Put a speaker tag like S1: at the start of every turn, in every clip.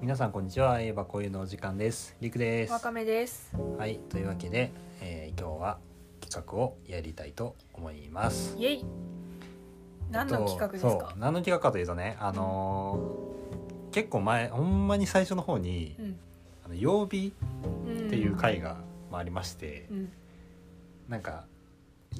S1: 皆さんこんにちは。エばこういうのお時間です。りくです。
S2: わか
S1: は
S2: めです。
S1: い、というわけで、えー今日は企画をやりたいと思います。
S2: イエイ。何の企画です
S1: えっと
S2: か
S1: そう。。何の企画かというとね、あのー結構前、ほんまに最初の方に、
S2: うん。
S1: あの曜日
S2: ん
S1: っていう回が、まあ、ありまして、
S2: うん。
S1: なんか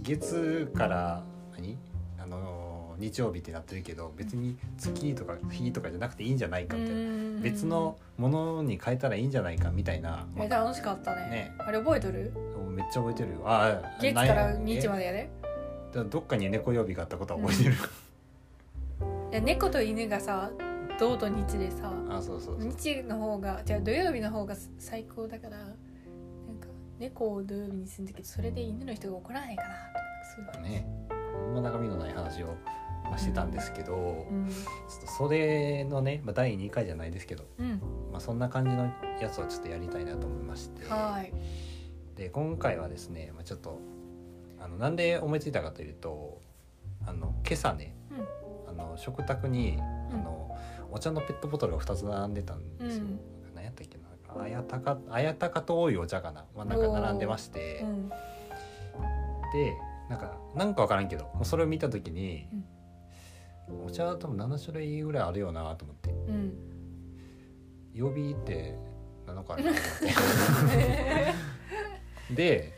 S1: 月から何あのー日曜日ってなってるけど別に月とか日とかじゃなくていいんじゃないかみたいな
S2: うん
S1: 別。のものに変えたらいいんじゃないかみたいな、
S2: え
S1: まあ
S2: 楽しかったね。
S1: ね
S2: あれ覚えとる？
S1: めっちゃ覚えてるよああ
S2: 月から日ま
S1: で
S2: でやで。
S1: どっかに猫曜日があったことは覚えてる、
S2: いや猫と犬がさ、土と日でさ、
S1: あそうそうそう
S2: 日の方がじゃあ土曜日の方が最高だから、なんか猫を土曜日にするんだけどそれで犬の人が怒らないかなとかそういうの。
S1: ねあんま中身のない話を、まあ、してたんですけど、
S2: うん。
S1: ちょっとそれのね、まあ、第2回じゃないですけど、
S2: うん。
S1: まあ、そんな感じのやつをちょっとやりたいなと思いまして
S2: はい。
S1: で今回はですね、まあ、ちょっとあのなんで思いついたかというとあの今朝ね、あの食卓に、
S2: うん
S1: あのお茶のペットボトルが2つ並んでたんですよ。
S2: うん
S1: 何やったっけななんかあやたかあやたかと多いお茶かな、まあ、なんか並んでまして、
S2: うん。
S1: でなんかなんか分からんけどもうそれを見た時に、お茶多分7種類ぐらいあるよなと思って
S2: うん。
S1: 曜日って7日あるなと思ってで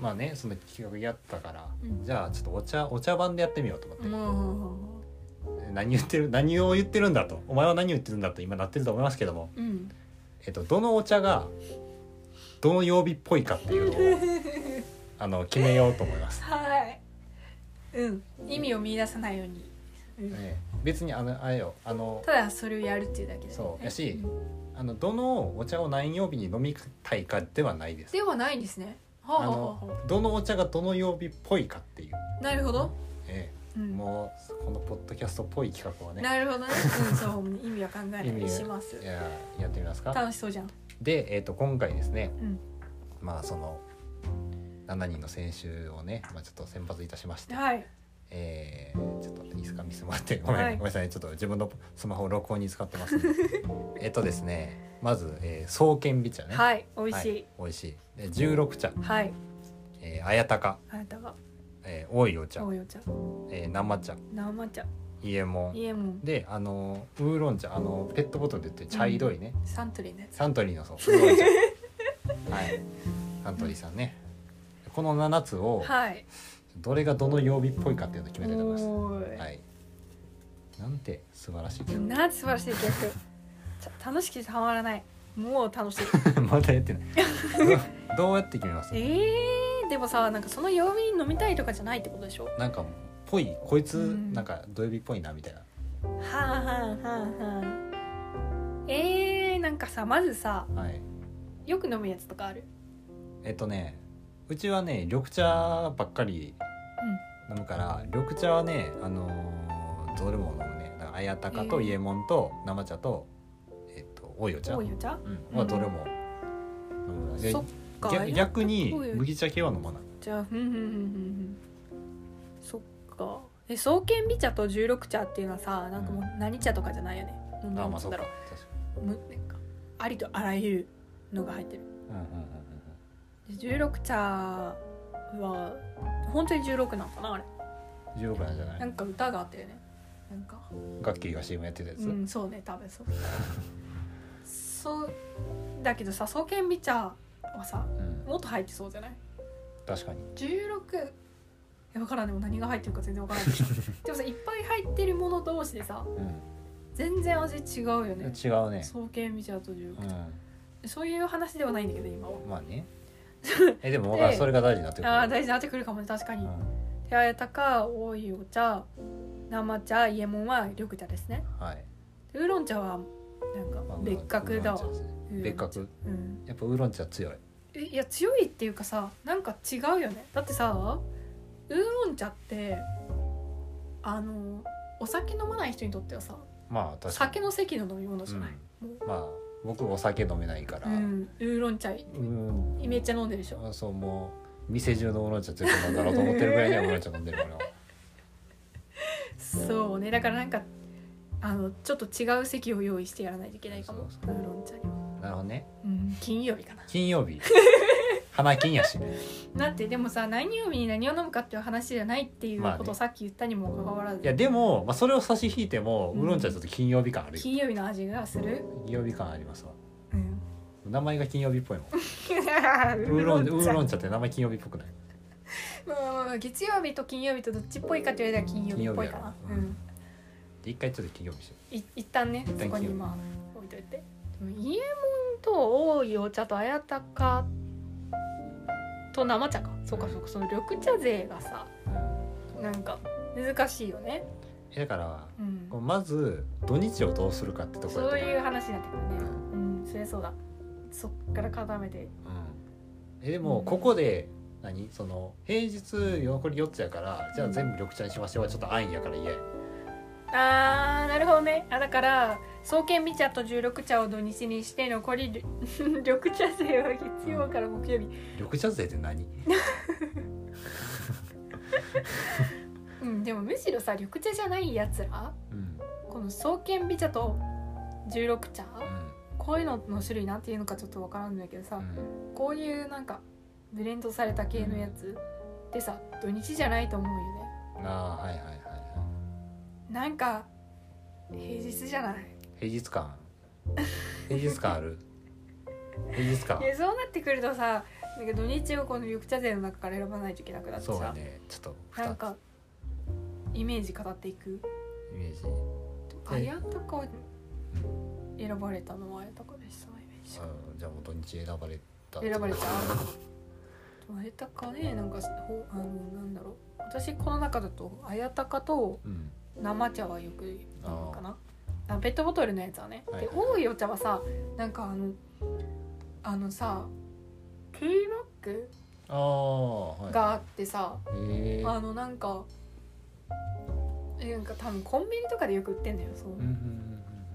S1: まあねその企画やったから、
S2: うん
S1: じゃあちょっとお茶お茶番でやってみようと思って、
S2: も
S1: 何言ってる何を言ってるんだとお前は何を言ってるんだと今なってると思いますけども、
S2: う。うん。
S1: えっと、どのお茶がどの曜日っぽいかっていう のをあの決めようと思います。
S2: はい。うん。意味を見出さないように。うん
S1: ね、別にあのあれよあの
S2: ただそれをやるっていうだけだね
S1: そうや
S2: う
S1: し
S2: ん
S1: あのどのお茶を何曜日に飲みたいかではないです。
S2: ではないんですね。はあ
S1: あ
S2: はあはあ
S1: のどのお茶がどの曜日っぽいかっていう、
S2: なるほど。
S1: え
S2: う
S1: え
S2: ん。
S1: もうこのポッドキャストっぽい企画をね
S2: なるほどね。うん、そう意味は考えないようにします
S1: い。ややってみますか。
S2: 楽しそうじゃん。
S1: で、えっと今回ですね、
S2: うん。
S1: まあその7人の選手をね、まあ、ちょっと選抜いたしまして、
S2: はい。
S1: えーちょっといいですか見せてもらってごめん、
S2: はい
S1: ごめんなさいちょっと自分のスマホを録音に使ってますんで えっとですねまず、えー、双剣美茶ね、い、
S2: はい。美味しい。
S1: 美味しいで16茶、
S2: はい。
S1: えー、綾鷹、
S2: あなたは
S1: えー、大井お茶
S2: お、よ茶、
S1: えー、生茶
S2: 生茶、
S1: 伊右衛門
S2: イエモン、
S1: であのーウーロン茶あのーペットボトルで売ってる茶色いね、
S2: サントリーのやつ。
S1: サントリーの そうウーロン茶はいサントリーさんねこの7つを
S2: はい。
S1: どれがどの曜日っぽいかっていうのを決めたいと思います
S2: おーい
S1: はい。なんて素晴らしい曲。
S2: なんて素晴らしい曲。ちょ楽しくてたまらない。もう楽しい。
S1: まだや ってない。どうどうやって決めます。
S2: えー、でもさなんかその曜日に飲みたいとかじゃないってことでしょは
S1: なんかぽいこいつ
S2: うん
S1: なんか土曜日っぽいなみたいな。
S2: あはあはあはあえー、なんかさまずさ
S1: はい。
S2: よく飲むやつとかある
S1: えっとね、うちはね緑茶ばっかり飲むから、緑茶はねあのーどれも飲むね。だから綾鷹と
S2: えー
S1: 伊右衛門と生茶とえっとおいお茶。
S2: 多
S1: う
S2: い
S1: ん。
S2: お茶
S1: はどれも飲むな。で
S2: そっか
S1: 逆逆に
S2: 多いお茶
S1: 麦茶系は飲まない。
S2: じゃあふんふんふんふんふんそっかえ双剣美茶と十六茶っていうのはさなんかもう何茶とかじゃないよね、う
S1: あまあそっか。
S2: ろ
S1: 確か
S2: うむなんかありとあらゆるのが入ってる
S1: にうんうんうん
S2: で十六茶は本当に十六なのかなあれ
S1: うん。十六なんじゃな。
S2: ないんか歌があったよねなんか
S1: 楽器が CM やってたやつ。
S2: うんそうね多分そうそうだけどさ双剣美茶はさ
S1: うん
S2: もっと入ってそうじゃない
S1: 確かに
S2: ?16 え分からんでも何が入ってるか全然分からない でもさいっぱい入ってるもの同士でさ
S1: う
S2: 全然味違うよ
S1: ん、
S2: ね
S1: 違うね、
S2: 双剣美茶と16
S1: う
S2: 茶、
S1: ん、
S2: そういう話ではないんだけど今は
S1: まあ ねえでも分からん
S2: で
S1: それが大事になってくる
S2: あー大事になってくるかもね確かに、手綾鷹多いお茶生茶伊右衛門は緑茶ですね
S1: うん、はい、
S2: ウーロン茶はなんか
S1: まあ
S2: 別格だわ
S1: ウーロン茶ですね
S2: うん
S1: 別格
S2: うん
S1: やっぱウーロン茶強い
S2: えいや強いっていうかさなんか違うよねだってさウーロン茶ってあのお酒飲まない人にとってはさ
S1: まあ確かに
S2: 酒の席の飲み物じゃない、も
S1: まあ僕お酒飲めないから
S2: う、うん、ウーロン茶
S1: うん
S2: めっちゃ飲んでるでしょ
S1: あそうもう店中のウーロン茶強く飲んだろうと 思ってるぐらいにはウーロン茶飲んでるから
S2: そうねだからなんかあのちょっと違う席を用意してやらないといけないかも
S1: そう
S2: ウーロン茶には、
S1: なるほどね
S2: うん、金曜日かな
S1: 金曜 日花金やしね
S2: だってでもさ何曜日に何を飲むかっていう話じゃないっていう
S1: まあね
S2: ことをさっき言ったにもかかわらず、
S1: いやでも、まあ、それを差し引いてもウーロン茶はちょっと金曜日感あるよ、
S2: 金曜日の味がする、
S1: 金曜日感ありますわ
S2: うん、
S1: 名前が金曜日っぽいもん
S2: ウー
S1: ウー ロンウーロ
S2: ン
S1: ン茶って名前金曜日っぽくない
S2: まあまあまあ月曜日と金曜日とどっちっぽいかと言われたら金曜日っぽいかな、
S1: 金曜日やろ
S2: うん、
S1: で一回ちょっと金曜日にして
S2: い一旦ね
S1: 旦
S2: そこに
S1: 金曜日
S2: まあ置いといてでも伊右衛門と多いお茶と綾鷹と生茶かそうかそうかその緑茶勢がさなんか難しいよね、
S1: えだから
S2: うん
S1: こう、まず土日をどうするかってところ
S2: そういう
S1: う、
S2: 話になってくるねうんそれそうだそっから固め
S1: う
S2: て
S1: ん、えでもここで何その平日残り4つやからじゃあ全部緑茶にしましょうはちょっと安易やから嫌や
S2: あーなるほどねあだから双剣美茶と十六茶を土日にして残りり緑茶勢は月曜から木曜日
S1: 緑茶勢って何
S2: うん、でもむしろさ緑茶じゃないやつら
S1: うん
S2: この双剣美茶と十六茶
S1: うん
S2: こういうのの種類なんていうのかちょっとわからんんだけどさ、
S1: うん
S2: こういうなんかブレンドされた系のやつってさ土日じゃないと思うよね
S1: ああはいはいはいは
S2: なんか平日じゃない
S1: い平日感平日感ある平日感
S2: いやそうなってくるとさなんか土日をこの緑茶勢の中から選ばないといけなくなって
S1: そうや
S2: さ、
S1: ねちょっと
S2: な
S1: 2
S2: ん
S1: つ
S2: かイメージ語っていく
S1: イメージ
S2: 綾鷹選ばれたのは綾鷹でしたのイメージ
S1: うんじゃあもう土日選ばれた
S2: 選ばれた綾鷹ねなんかほあのなんだろう私この中だと綾鷹と
S1: うん
S2: 生茶はよく飲むかなあペットボトルのやつはね、
S1: はい
S2: で多いお茶はさなんかあのあのさティーバッグ
S1: ああはい
S2: があってさ、
S1: へえ
S2: あのなんかえなんか多分コンビニとかでよく売ってんだよそう、
S1: うんうん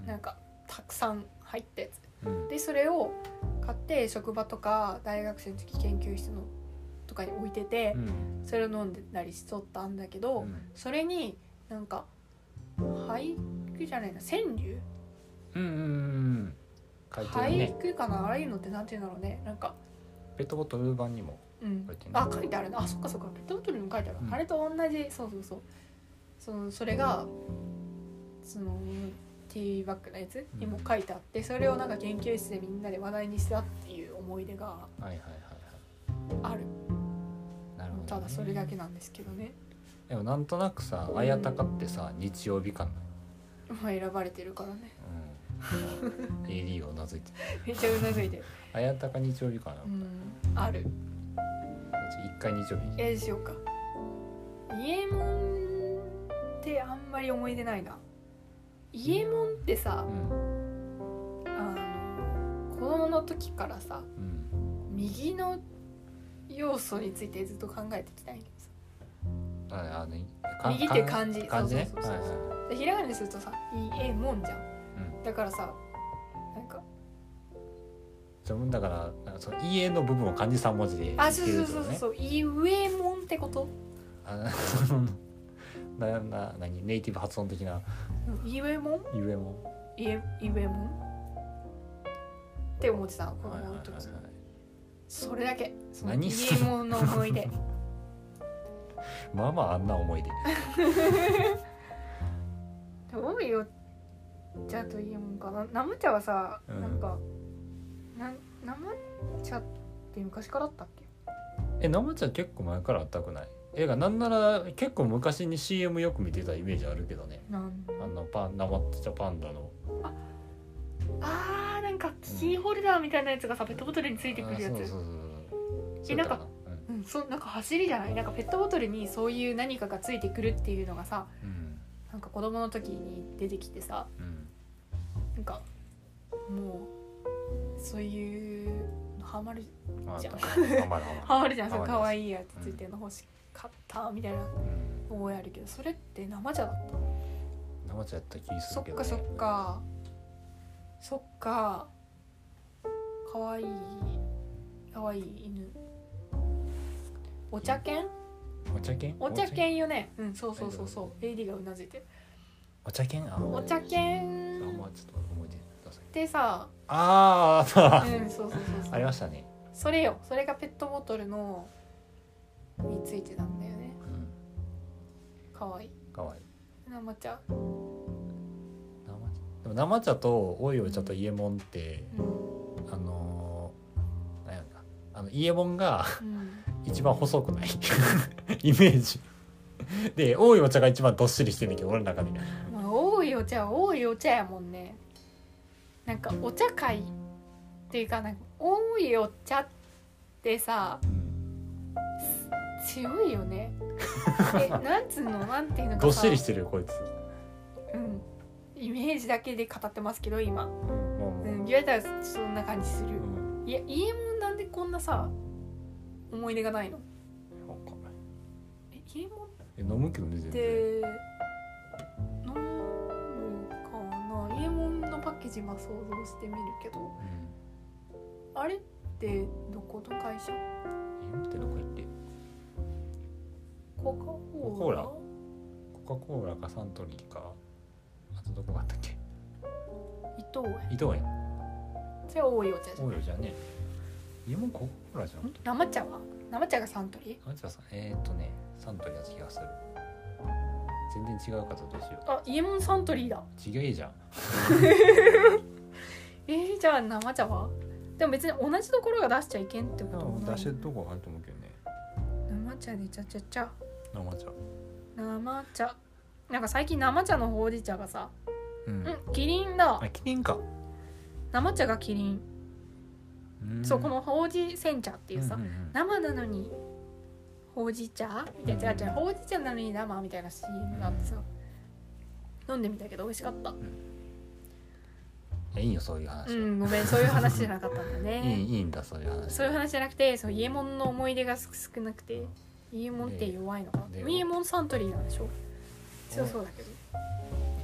S2: なんかたくさん入ったやつ
S1: うんうん
S2: でそれを買って職場とか大学生の時研究室のとかに置いてて
S1: う、ん
S2: それを飲んでたりしとったんだけど、
S1: うん
S2: それになんか俳句じゃないな川柳、
S1: うんうんうん書いてるね
S2: 俳句かなああいうのってなんて言うんだろうねなんか
S1: ペットボトル版にも
S2: うん
S1: 書いてん、の
S2: あ書いてあるなあそっかそっかペットボトルにも書いてある、
S1: うん
S2: あれと同じそうそうそうそのそれがそのティーバッグのやつにも書いてあってそれをなんか研究室でみんなで話題にしたっていう思い出が
S1: はいはいはいはい
S2: ある
S1: なるほどね
S2: ただそれだけなんですけどね
S1: でもなんとなくさ綾鷹ってさ日曜日感なの
S2: まあ選ばれてるからね
S1: うん AD がうなずいてる
S2: めっちゃうなずいてる
S1: 綾鷹日曜日 感なの
S2: うんある
S1: 一回日曜日
S2: えー、しようか伊右衛門ってあんまり思い出ないな伊右衛門ってさ
S1: うん
S2: あの子供の時からさ
S1: うん
S2: 右の要素についてずっと考えてきたんやけどさ
S1: ああの
S2: 右って漢字
S1: 漢字ね
S2: そう
S1: はい
S2: そうそうそう
S1: は
S2: でひらがなにするとさ「伊右衛門」じゃん、
S1: ん
S2: だからさなんか
S1: いじゃあだからなんかその家の部分を漢字三文字で言
S2: あ
S1: っ
S2: そ
S1: て
S2: うそ
S1: る
S2: う
S1: ってこと
S2: そうそう
S1: ね
S2: そう伊右衛門ってこと
S1: あその なな何ネイティブ発音的な
S2: 伊右衛門
S1: ゆえも
S2: 伊右伊右衛門って思ってたの子供の時それだけその伊
S1: 何
S2: 右衛門の思い出
S1: まあまああんな思い出
S2: どういう茶と伊右衛門かな生茶はさ、
S1: うん
S2: なんかなん生茶って昔からあったっけ
S1: え生茶結構前からあったくないえがなんなら結構昔に CM よく見てたイメージあるけどね
S2: なん
S1: あのパン生茶パンダの
S2: あーなんかキーホルダーみたいなやつがさペットボトルについてくるや
S1: あそう
S2: つ
S1: そうそうそう
S2: えなん
S1: そうやった
S2: かうんそうなんか走りじゃないなんかペットボトルにそういう何かがついてくるっていうのがさ
S1: うんうん
S2: なんか子供の時に出てきてさ
S1: うん
S2: なんかもうそういうのハマる
S1: まあ
S2: じゃん
S1: 頑張る
S2: ハマるじゃん
S1: ハマります
S2: かわいいやつついてるの欲しかったみたいな
S1: うん
S2: 覚えあるけどそれって生茶だった
S1: 生茶やった気す
S2: そ
S1: る
S2: っ
S1: けど、
S2: かそっかそっかかわいいかわいい犬お茶犬
S1: お茶犬
S2: お茶犬よねうんそうそうそうそう AD がうなずいてる
S1: お茶犬あ
S2: お茶
S1: あん
S2: 犬
S1: まちょっと思い出出せない
S2: でさ、
S1: あー
S2: う
S1: あ
S2: ん、そうそうそう
S1: あ
S2: そ
S1: あり
S2: う
S1: ましたね、
S2: それよそれがペットボトルのについてたんだよね
S1: うん、
S2: かわいい
S1: かわいい
S2: 生茶、
S1: 生茶でも生茶とおいお茶と伊右衛門って
S2: うん
S1: あのー、なんやろなあの伊右衛門が
S2: うん、
S1: 一番細くない イメージで多いお茶が一番どっしりしてんねんけど俺の中で
S2: まあ多いお茶は多いお茶やもんねなんかお茶会っていうかなんか多いお茶ってさ強いよ ねえなんつうのなんていうのかさ
S1: どっしりしてるよこいつ
S2: うんイメージだけで語ってますけど今、
S1: もう、
S2: うん、言われたらそんな感じす
S1: う
S2: る
S1: ん、
S2: いや伊右衛門なんでこんなさ思い出がないの
S1: わかんない
S2: え伊右衛門っ
S1: え飲むけどね全然
S2: て飲むかな伊右衛門のパッケージ今想像してみるけどあれってどこと会社
S1: うん伊右衛門ってどこ行って
S2: コカ・コ
S1: コ
S2: ー
S1: ー
S2: ラ
S1: ラコカ・コーラかサントリーかあとどこがあったっけ
S2: 伊藤園
S1: 伊藤園
S2: それは多いお茶じゃん
S1: 多いよじゃあね伊右衛門コカ・コーラじゃん
S2: 生茶は生茶がサントリー
S1: あじゃあさえー、っとねサントリーな気がする全然違うかったらどうしよ
S2: あ伊右衛門サントリーだ
S1: う違えじゃん
S2: えー、じゃあ生茶はでも別に同じところが出しちゃいけんってこともない
S1: とこあると思うけどね
S2: 生茶でちゃちゃちゃ
S1: 生茶
S2: 生茶なんか最近生茶のほうじ茶がさ
S1: うん
S2: うんキリンだ
S1: あキリンか
S2: 生茶がキリン、そうこのほうじ煎茶って
S1: て
S2: いうさ、生なのにほうじ茶みたいな違う違うほうじ茶なのに生みたいな CM があってさ飲んでみたけど美味しかった
S1: いやいいよそういう話
S2: う
S1: は、
S2: んごめんそういう話じゃなかったんだ
S1: いい
S2: ね
S1: いいんだそういう話
S2: そういう話じゃなくてそう伊右衛門の思い出が少少なくて伊右衛門って弱いのかな
S1: で
S2: 伊右衛門サントリーなんでしょ強そうだけど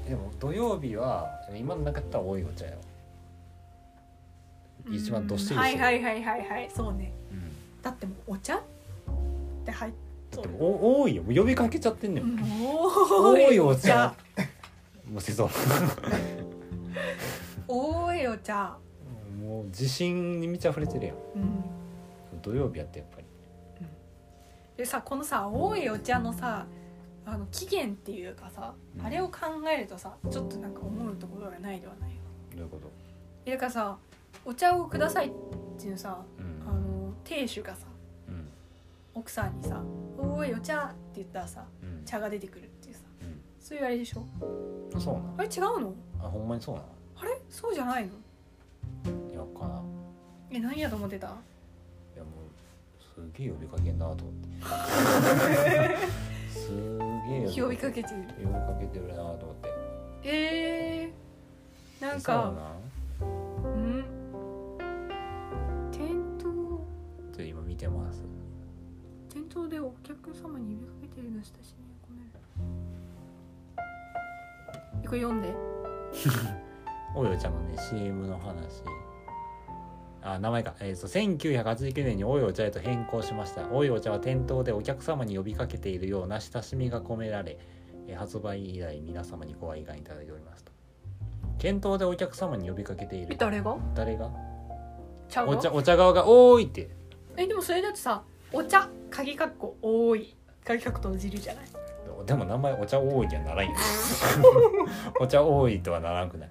S1: でも土曜日は今の中だったら多いお茶よ一番どっしりしてる
S2: はいはいはいはいはいそうね
S1: うん
S2: だってもうお茶って入っ
S1: だ
S2: そ
S1: っ
S2: う
S1: てもうお多いよもう呼びかけちゃってんねん
S2: お
S1: 多
S2: ー
S1: いお茶もうせそう
S2: 多いお茶
S1: もう自信に満ち溢れてるやん
S2: うん
S1: 土曜日やってやっぱり
S2: でさこのさ多いお茶のさあの期限っていうかさ
S1: うん
S2: あれを考えるとさちょっとなんか思うところがないではないか
S1: どういうこと、
S2: だからさお茶をくださいっていうさ
S1: う
S2: あ
S1: ん
S2: の亭主がさ
S1: うん
S2: 奥さんにさ「おいお茶」って言ったらさ
S1: うん
S2: 茶が出てくるっていうさそういうあれでしょ
S1: うん、そうなん
S2: あれ違うの
S1: あほんまにそうな
S2: あれそうじゃないの
S1: のいやわかな
S2: え何やと思ってた
S1: いやもうすげえ呼びかけんなと思ってすげえ
S2: 呼びかけてる
S1: 呼びかけてるなと思って
S2: えー、なん
S1: そう
S2: か
S1: な
S2: うん店
S1: ち
S2: 頭
S1: ょっと今見てます
S2: 店頭でお客様に呼びかけてるのしたしねごめんえこれ読んで
S1: およちゃんのね CM の話あ名前か、えー、と1989年に「おいお茶」へと変更しました「おいお茶」は店頭でお客様に呼びかけているような親しみが込められ、えー発売以来皆様にご愛願いただいておりますと店頭でお客様に呼びかけてい
S2: え
S1: る
S2: 誰が
S1: 誰が
S2: 茶が
S1: お茶お茶側が「おーい」って
S2: えでもそれだとさお茶鍵括弧多い鍵括弧とじるじゃない
S1: でも名前お茶多いにはな らんよお茶多いとはならんくない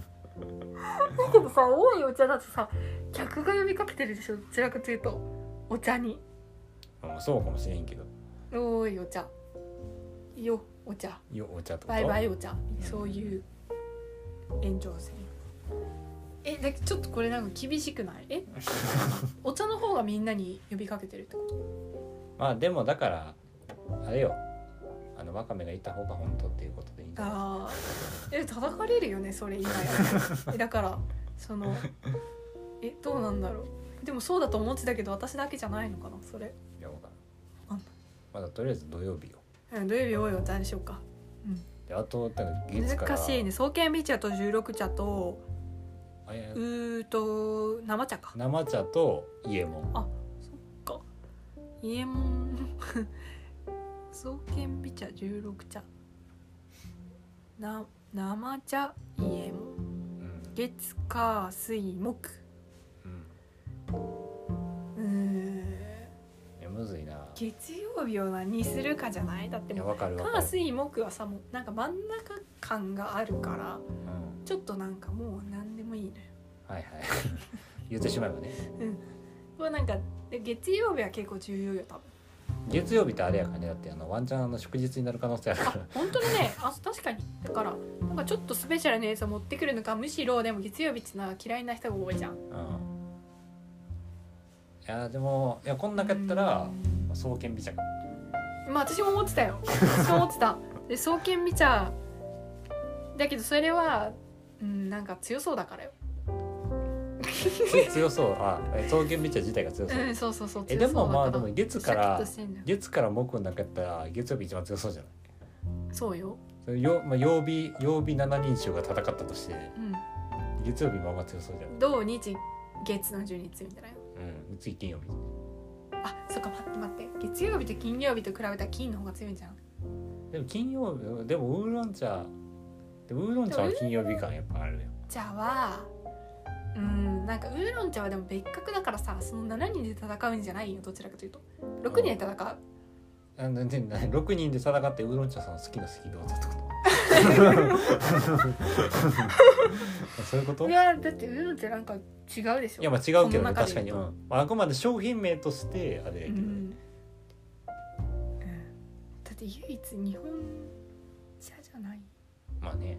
S2: だけどさ多いお茶だとさ客が呼びかけてるでしょどちらかというとお茶に
S1: うんそうかもしれんけど
S2: 多いお茶よお茶
S1: よお茶ってこと
S2: バイバイお茶そういう延長線えだけどちょっとこれなんか厳しくない えお茶の方がみんなに呼びかけてるってこと
S1: まあでもだからあれよあのワカメがいた方が本当っていうことでいいんじゃない
S2: ああえ叩かれるよねそれ今やえだからそのえどうなんだろうでもそうだと思ってたけど私だけじゃないのかなそれ
S1: いやわかん
S2: わかん
S1: ない
S2: ない
S1: まだとりあえず土曜日よ
S2: うん土曜日多いお茶にしようか
S1: であとだから月から
S2: 難しいね創建美茶と十六茶と
S1: あいや
S2: うーと生茶か
S1: 生茶と伊右衛門
S2: あ伊右衛門創建美茶十六茶な生茶家も
S1: うん
S2: 月火水木
S1: うん
S2: うーん
S1: いやむずいな
S2: 月曜日を何するかじゃないだって
S1: いや
S2: もう
S1: わかるわか
S2: 火
S1: る、
S2: 水木はさもうなんか真ん中感があるから
S1: うん、
S2: ちょっとなんかもう何でもいいのよ
S1: はいはい 言ってしまえばね
S2: これなんかで月曜日は結構重要よ多分
S1: 月曜日ってあれやからねだってあのワンチャンの祝日になる可能性あるか
S2: あ本当にねあ確かにだからなんかちょっとスペシャルなやつを持ってくるのかむしろでも月曜日ってのは嫌いな人が多いじゃん
S1: ら、うん、いやでもいやこん中やったら
S2: うん
S1: 双剣美茶か
S2: まあ私も思ってたよ私も思っ てたで双剣見ちゃうだけどそれはうんなんか強そうだからよ
S1: つ強そうあえ双剣美茶自体が強そう、
S2: うんそうそうそう
S1: え
S2: 強
S1: で
S2: そうだ
S1: も
S2: から
S1: まあでも月か
S2: シャキッ
S1: ら
S2: としてんだよ
S1: 月から木の中やったら月曜日一番強そうじゃない
S2: そうよ
S1: それよ、まあ、曜日曜日七人衆が戦ったとして
S2: う
S1: 月曜日もあんま強そうじゃない
S2: ん土日月の順に強いんじゃないの
S1: うん次金曜日
S2: あそっか待って待って月曜日と金曜日と比べたら金の方が強いんじゃん
S1: でも金曜日でもウーロン茶でもウーロン茶は金曜日感やっぱあるよ
S2: 茶はうんなんかウーロン茶はでも別格だからさその7人で戦うんじゃないよどちらかというと6人で戦う
S1: あのでな6人で戦ってウーロン茶さんの好きな好きどうぞってこと そういうことい
S2: やだってウーロン茶なんか違うでし
S1: やまあ違うけど、
S2: こ
S1: ね、
S2: の中で
S1: 確かに、うんまあ、あくまで商品名としてあれや
S2: う
S1: けど、
S2: ん、だって唯一日本茶じゃない
S1: まあね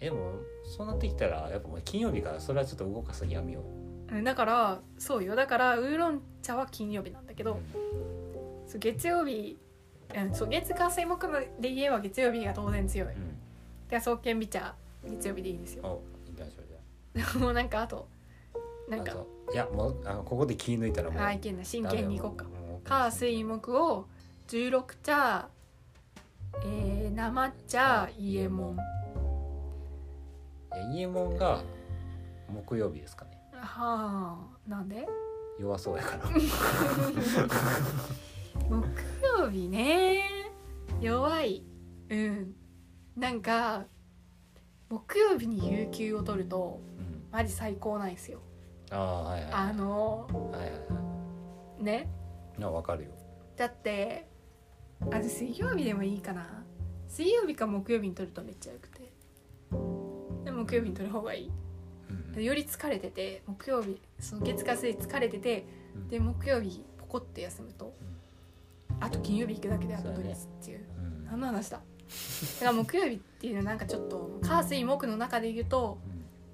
S1: でもそうなってきたらやっぱもう金曜日からそれはちょっと動かす闇を、
S2: うんだからそうよだからウーロン茶は金曜日なんだけ
S1: う
S2: ど、そう月曜日うんそう月火水木ので言えば月曜日が当然強い
S1: ん
S2: で双剣美茶月曜日でいいですよ
S1: おいきましょうじゃ
S2: もうなんかあと
S1: あ
S2: なんか
S1: あといやもうあのここで気抜いたらもう
S2: あいけんな真剣にいこうか
S1: もう
S2: 火水木を16茶、えー、生茶伊右衛門
S1: いや伊右衛門が木曜日ですかね
S2: はあなんで
S1: 弱そうやから
S2: 木曜日ね弱いうんなんか木曜日に有給を取ると
S1: うん
S2: マジ最高なんですよ
S1: ああはいはい
S2: あの
S1: はいはいは
S2: ね
S1: いな分かるよ
S2: だってあじゃあ水曜日でもいいかな水曜日か木曜日に取るとめっちゃよくてで木曜日に取る方がいい
S1: うん
S2: より疲れてて木曜日その月火水疲れてて
S1: うん
S2: で木曜日ポコって休むと、あと金曜日行くだけであと土日っていう
S1: うん
S2: 何の話だだから木曜日っていうのはなんかちょっと火水木の中で言うと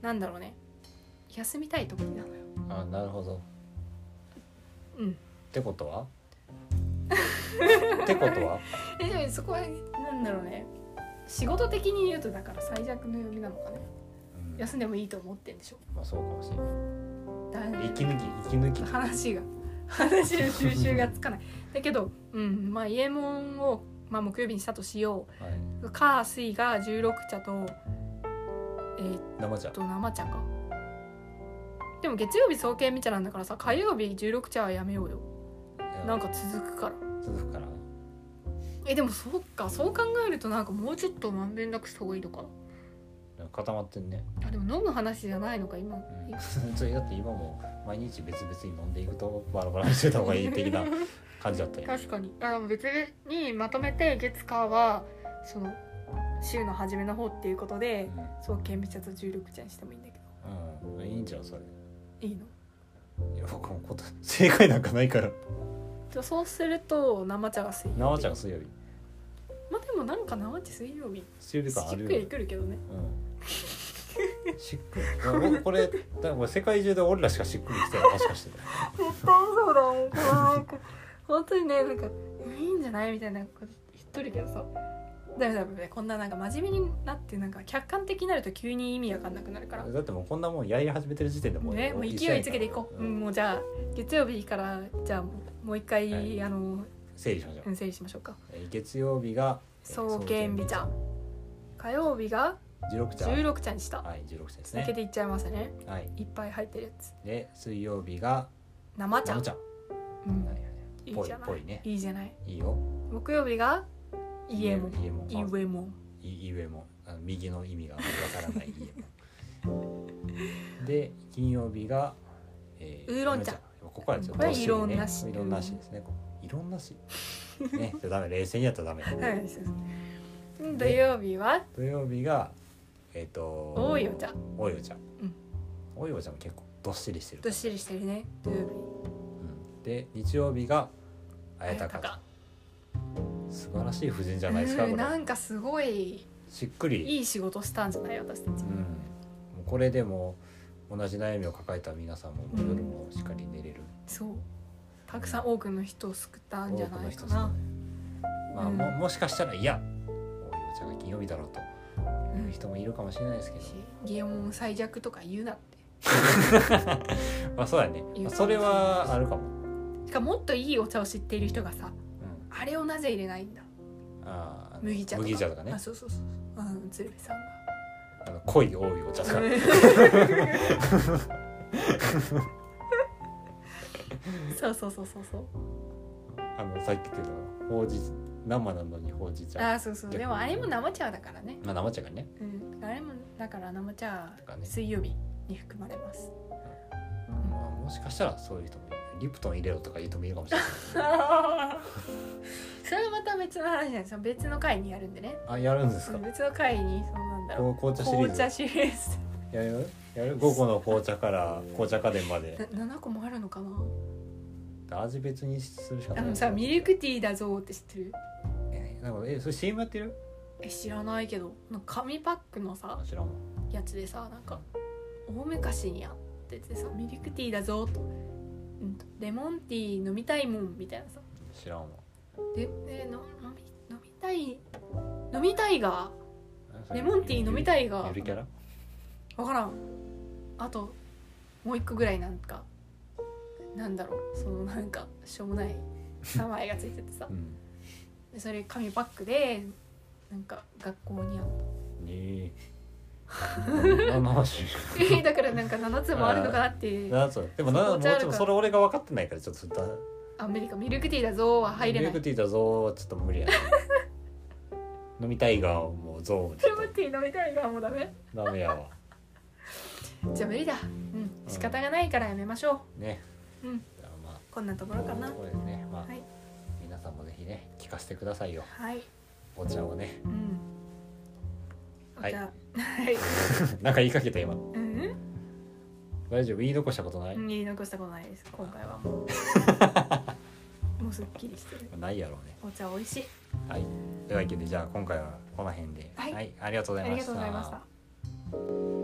S2: なんだろうね休みたい時なのよ
S1: うんあなるほど
S2: うん
S1: ってこと はってことは
S2: えでもそこはなんだろうね仕事的に言うとだから最弱の曜日なのかね
S1: うん
S2: 休んでもいいと思ってんでしょ
S1: まあそうかもしれ
S2: だ
S1: ない息抜き息抜き
S2: 話が 話の収集がつかないだけどうんまあ伊右衛門を、まあ、木曜日にしたとしよ
S1: はいう
S2: 火水が16茶とえーっ
S1: 生茶
S2: と生茶かでも月曜日総見み茶なんだからさ火曜日16茶はやめようよなんか続くから
S1: 続くから
S2: えでもそうかそう考えるとなんかもうちょっとまんべんなくした方がいいのか
S1: 固まってんね
S2: なあでも飲む話じゃないのか今、
S1: うんそれだって今も毎日別々に飲んでいくとバラバラにしてた方がいい的 な感じだったよね
S2: 確かにあでも別にまとめて月火はその週の初めの方っていうことでそう顕微茶と重力茶にしてもいいんだけ
S1: うん、うん、いいんじゃんそれ
S2: どいいの
S1: いや僕も答え正解なんかないから
S2: じゃあそうすると生茶が水曜日
S1: 生茶が水曜日
S2: まあでもなんか生茶水曜日
S1: 水曜日
S2: し
S1: 感ある
S2: っ
S1: よ
S2: くり
S1: ね
S2: くるけどね
S1: うんしっくりいや僕これ多分世界中で俺らしかしっくりきてないもしかして
S2: 絶対そうだもんこのなんか本当にねなんかいいんじゃないみたいなこと言っとるけどさダメダメダメこんななんか真面目になってなんか客観的になると急に意味わかんなくなるから
S1: だってもうこんなもんやり始めてる時点でもう
S2: ね、もう勢いつけていこう、うん、もうじゃあ月曜日からじゃあもうもう一回、
S1: はい
S2: あの
S1: 整理しましょう
S2: うん整理しましょうか
S1: えー月曜日が
S2: 総見美茶火曜日が
S1: 16茶
S2: 16茶にした、
S1: はい16茶です
S2: 続け
S1: ね
S2: ていっちゃいますね
S1: はい
S2: いっぱい入ってるやつ
S1: で水曜日が
S2: 生茶
S1: 生茶
S2: うん
S1: はいはい
S2: いい
S1: ぽい
S2: じゃな
S1: ぽ
S2: い
S1: いね
S2: いいじゃない
S1: いいよ
S2: 木曜日が家も
S1: 家も
S2: 家も
S1: いゆえもあの右の意味がわからないゆえもで金曜日が、え
S2: ウーロン茶
S1: ここはちょっ
S2: こ
S1: と
S2: れは
S1: ね
S2: 異論なし
S1: 異論なしですねこう異論なしねじゃダメ冷静にやったらダメ
S2: はいそうそう土曜日は
S1: 土曜日がえっ、と
S2: 多いお茶
S1: おいお茶、
S2: うん
S1: おいお茶も結構どっしりしてる
S2: どっしりしてるね土曜
S1: うんで日曜日があやた
S2: 綾鷹
S1: か素晴らしい夫人じ
S2: 日
S1: ゃないですか
S2: う
S1: こ
S2: ん
S1: れ
S2: なんかすごい
S1: しっくり
S2: いい仕事したんじゃない私たち、
S1: うん、もうこれでも同じ悩みを抱えた皆さんももう夜もしっかり寝れる、
S2: そうたくさん多くの人を救ったんじゃないか
S1: さ
S2: な
S1: まあ、
S2: うん
S1: ももしかしたらいやおいお茶が金曜日だろうという人もいるかもしれないですけど、
S2: しゲーム最弱とか言うなって
S1: まあそうだね、まあそれはあるかも、
S2: しかももっといいお茶を知っている人が
S1: う
S2: さ
S1: ん、
S2: あれをなぜ入れないんだ
S1: あーあの
S2: 麦茶とか
S1: 麦茶とかね
S2: あそうそうそううん鶴瓶さん
S1: あの濃い多いお茶とか、
S2: がそうそうそうそうそう
S1: あのさっき言ってたほうじ生なのにほうじ茶
S2: あそうそうでもあれも生茶だからね
S1: まあ生茶がね
S2: うんあれもだから生茶
S1: とかね
S2: 水曜日に含まれます
S1: まあ、もしかしたらそういう人もいるリプトン入れろとか言う人もいるかもしれない
S2: それはまた別の話なんですよ別の回にやるんでね
S1: あやるんですか
S2: 別の回にそのなんだろう
S1: こう紅茶シリーズ
S2: 紅茶シリーズ
S1: やるやる5個の紅茶から紅茶家電まで
S2: な7個もあるのかな
S1: 味別にするしかな
S2: あ
S1: い
S2: のさミルクティーだぞーって知ってる
S1: えなんかえそれ CM やってる
S2: え知らないけどなんか紙パックのさ
S1: あ知らんわ
S2: やつでさなんか大昔にあっててさミルクティーだぞーと、うんと、レモンティー飲みたいもんみたいなさ
S1: 知らんわ
S2: ででの飲み飲みたい飲みたいが
S1: え
S2: レモンティー飲みたいが
S1: ゆるキャラ
S2: 分からんあともう一個ぐらいなんかなんだろうそのなんかしょうもない名前がついててさ
S1: うん
S2: でそれ紙パックでなんか学校にあっ
S1: ねえ何の話
S2: た だからなんか7つもあるのかなっていう
S1: なんそうでもなも
S2: 紅
S1: う
S2: 茶
S1: ちょっ
S2: あるから
S1: とそれ俺が分かってないからちょっとだ
S2: アメリカミルクティーだぞーは入れ
S1: ミ
S2: な
S1: ル
S2: い
S1: クティーだぞーちょっと無理やね飲みたいがもうぞーち
S2: ミ
S1: ょっ
S2: ルクティー飲みたいがもうダメ
S1: とダメやわ
S2: じゃあ無理だうん仕方がないからやめましょ
S1: ね
S2: ううん
S1: じゃあまあ
S2: こんなところかな
S1: そうですねまあ、
S2: はい
S1: 皆さんもぜひね聞かせてくださいよ
S2: はい
S1: お茶をね
S2: うん
S1: はい
S2: じゃあ はい
S1: なんか言いかけた今
S2: うん
S1: 大丈夫言い残したことない、
S2: 言い残したことないです今 回はもうもうすっきりしてる
S1: ないやろうね
S2: お茶美味しい
S1: はいというわけでじゃあ今回はこの辺で
S2: はい
S1: ありがとうござ
S2: あ
S1: いま
S2: り
S1: し
S2: がとうございました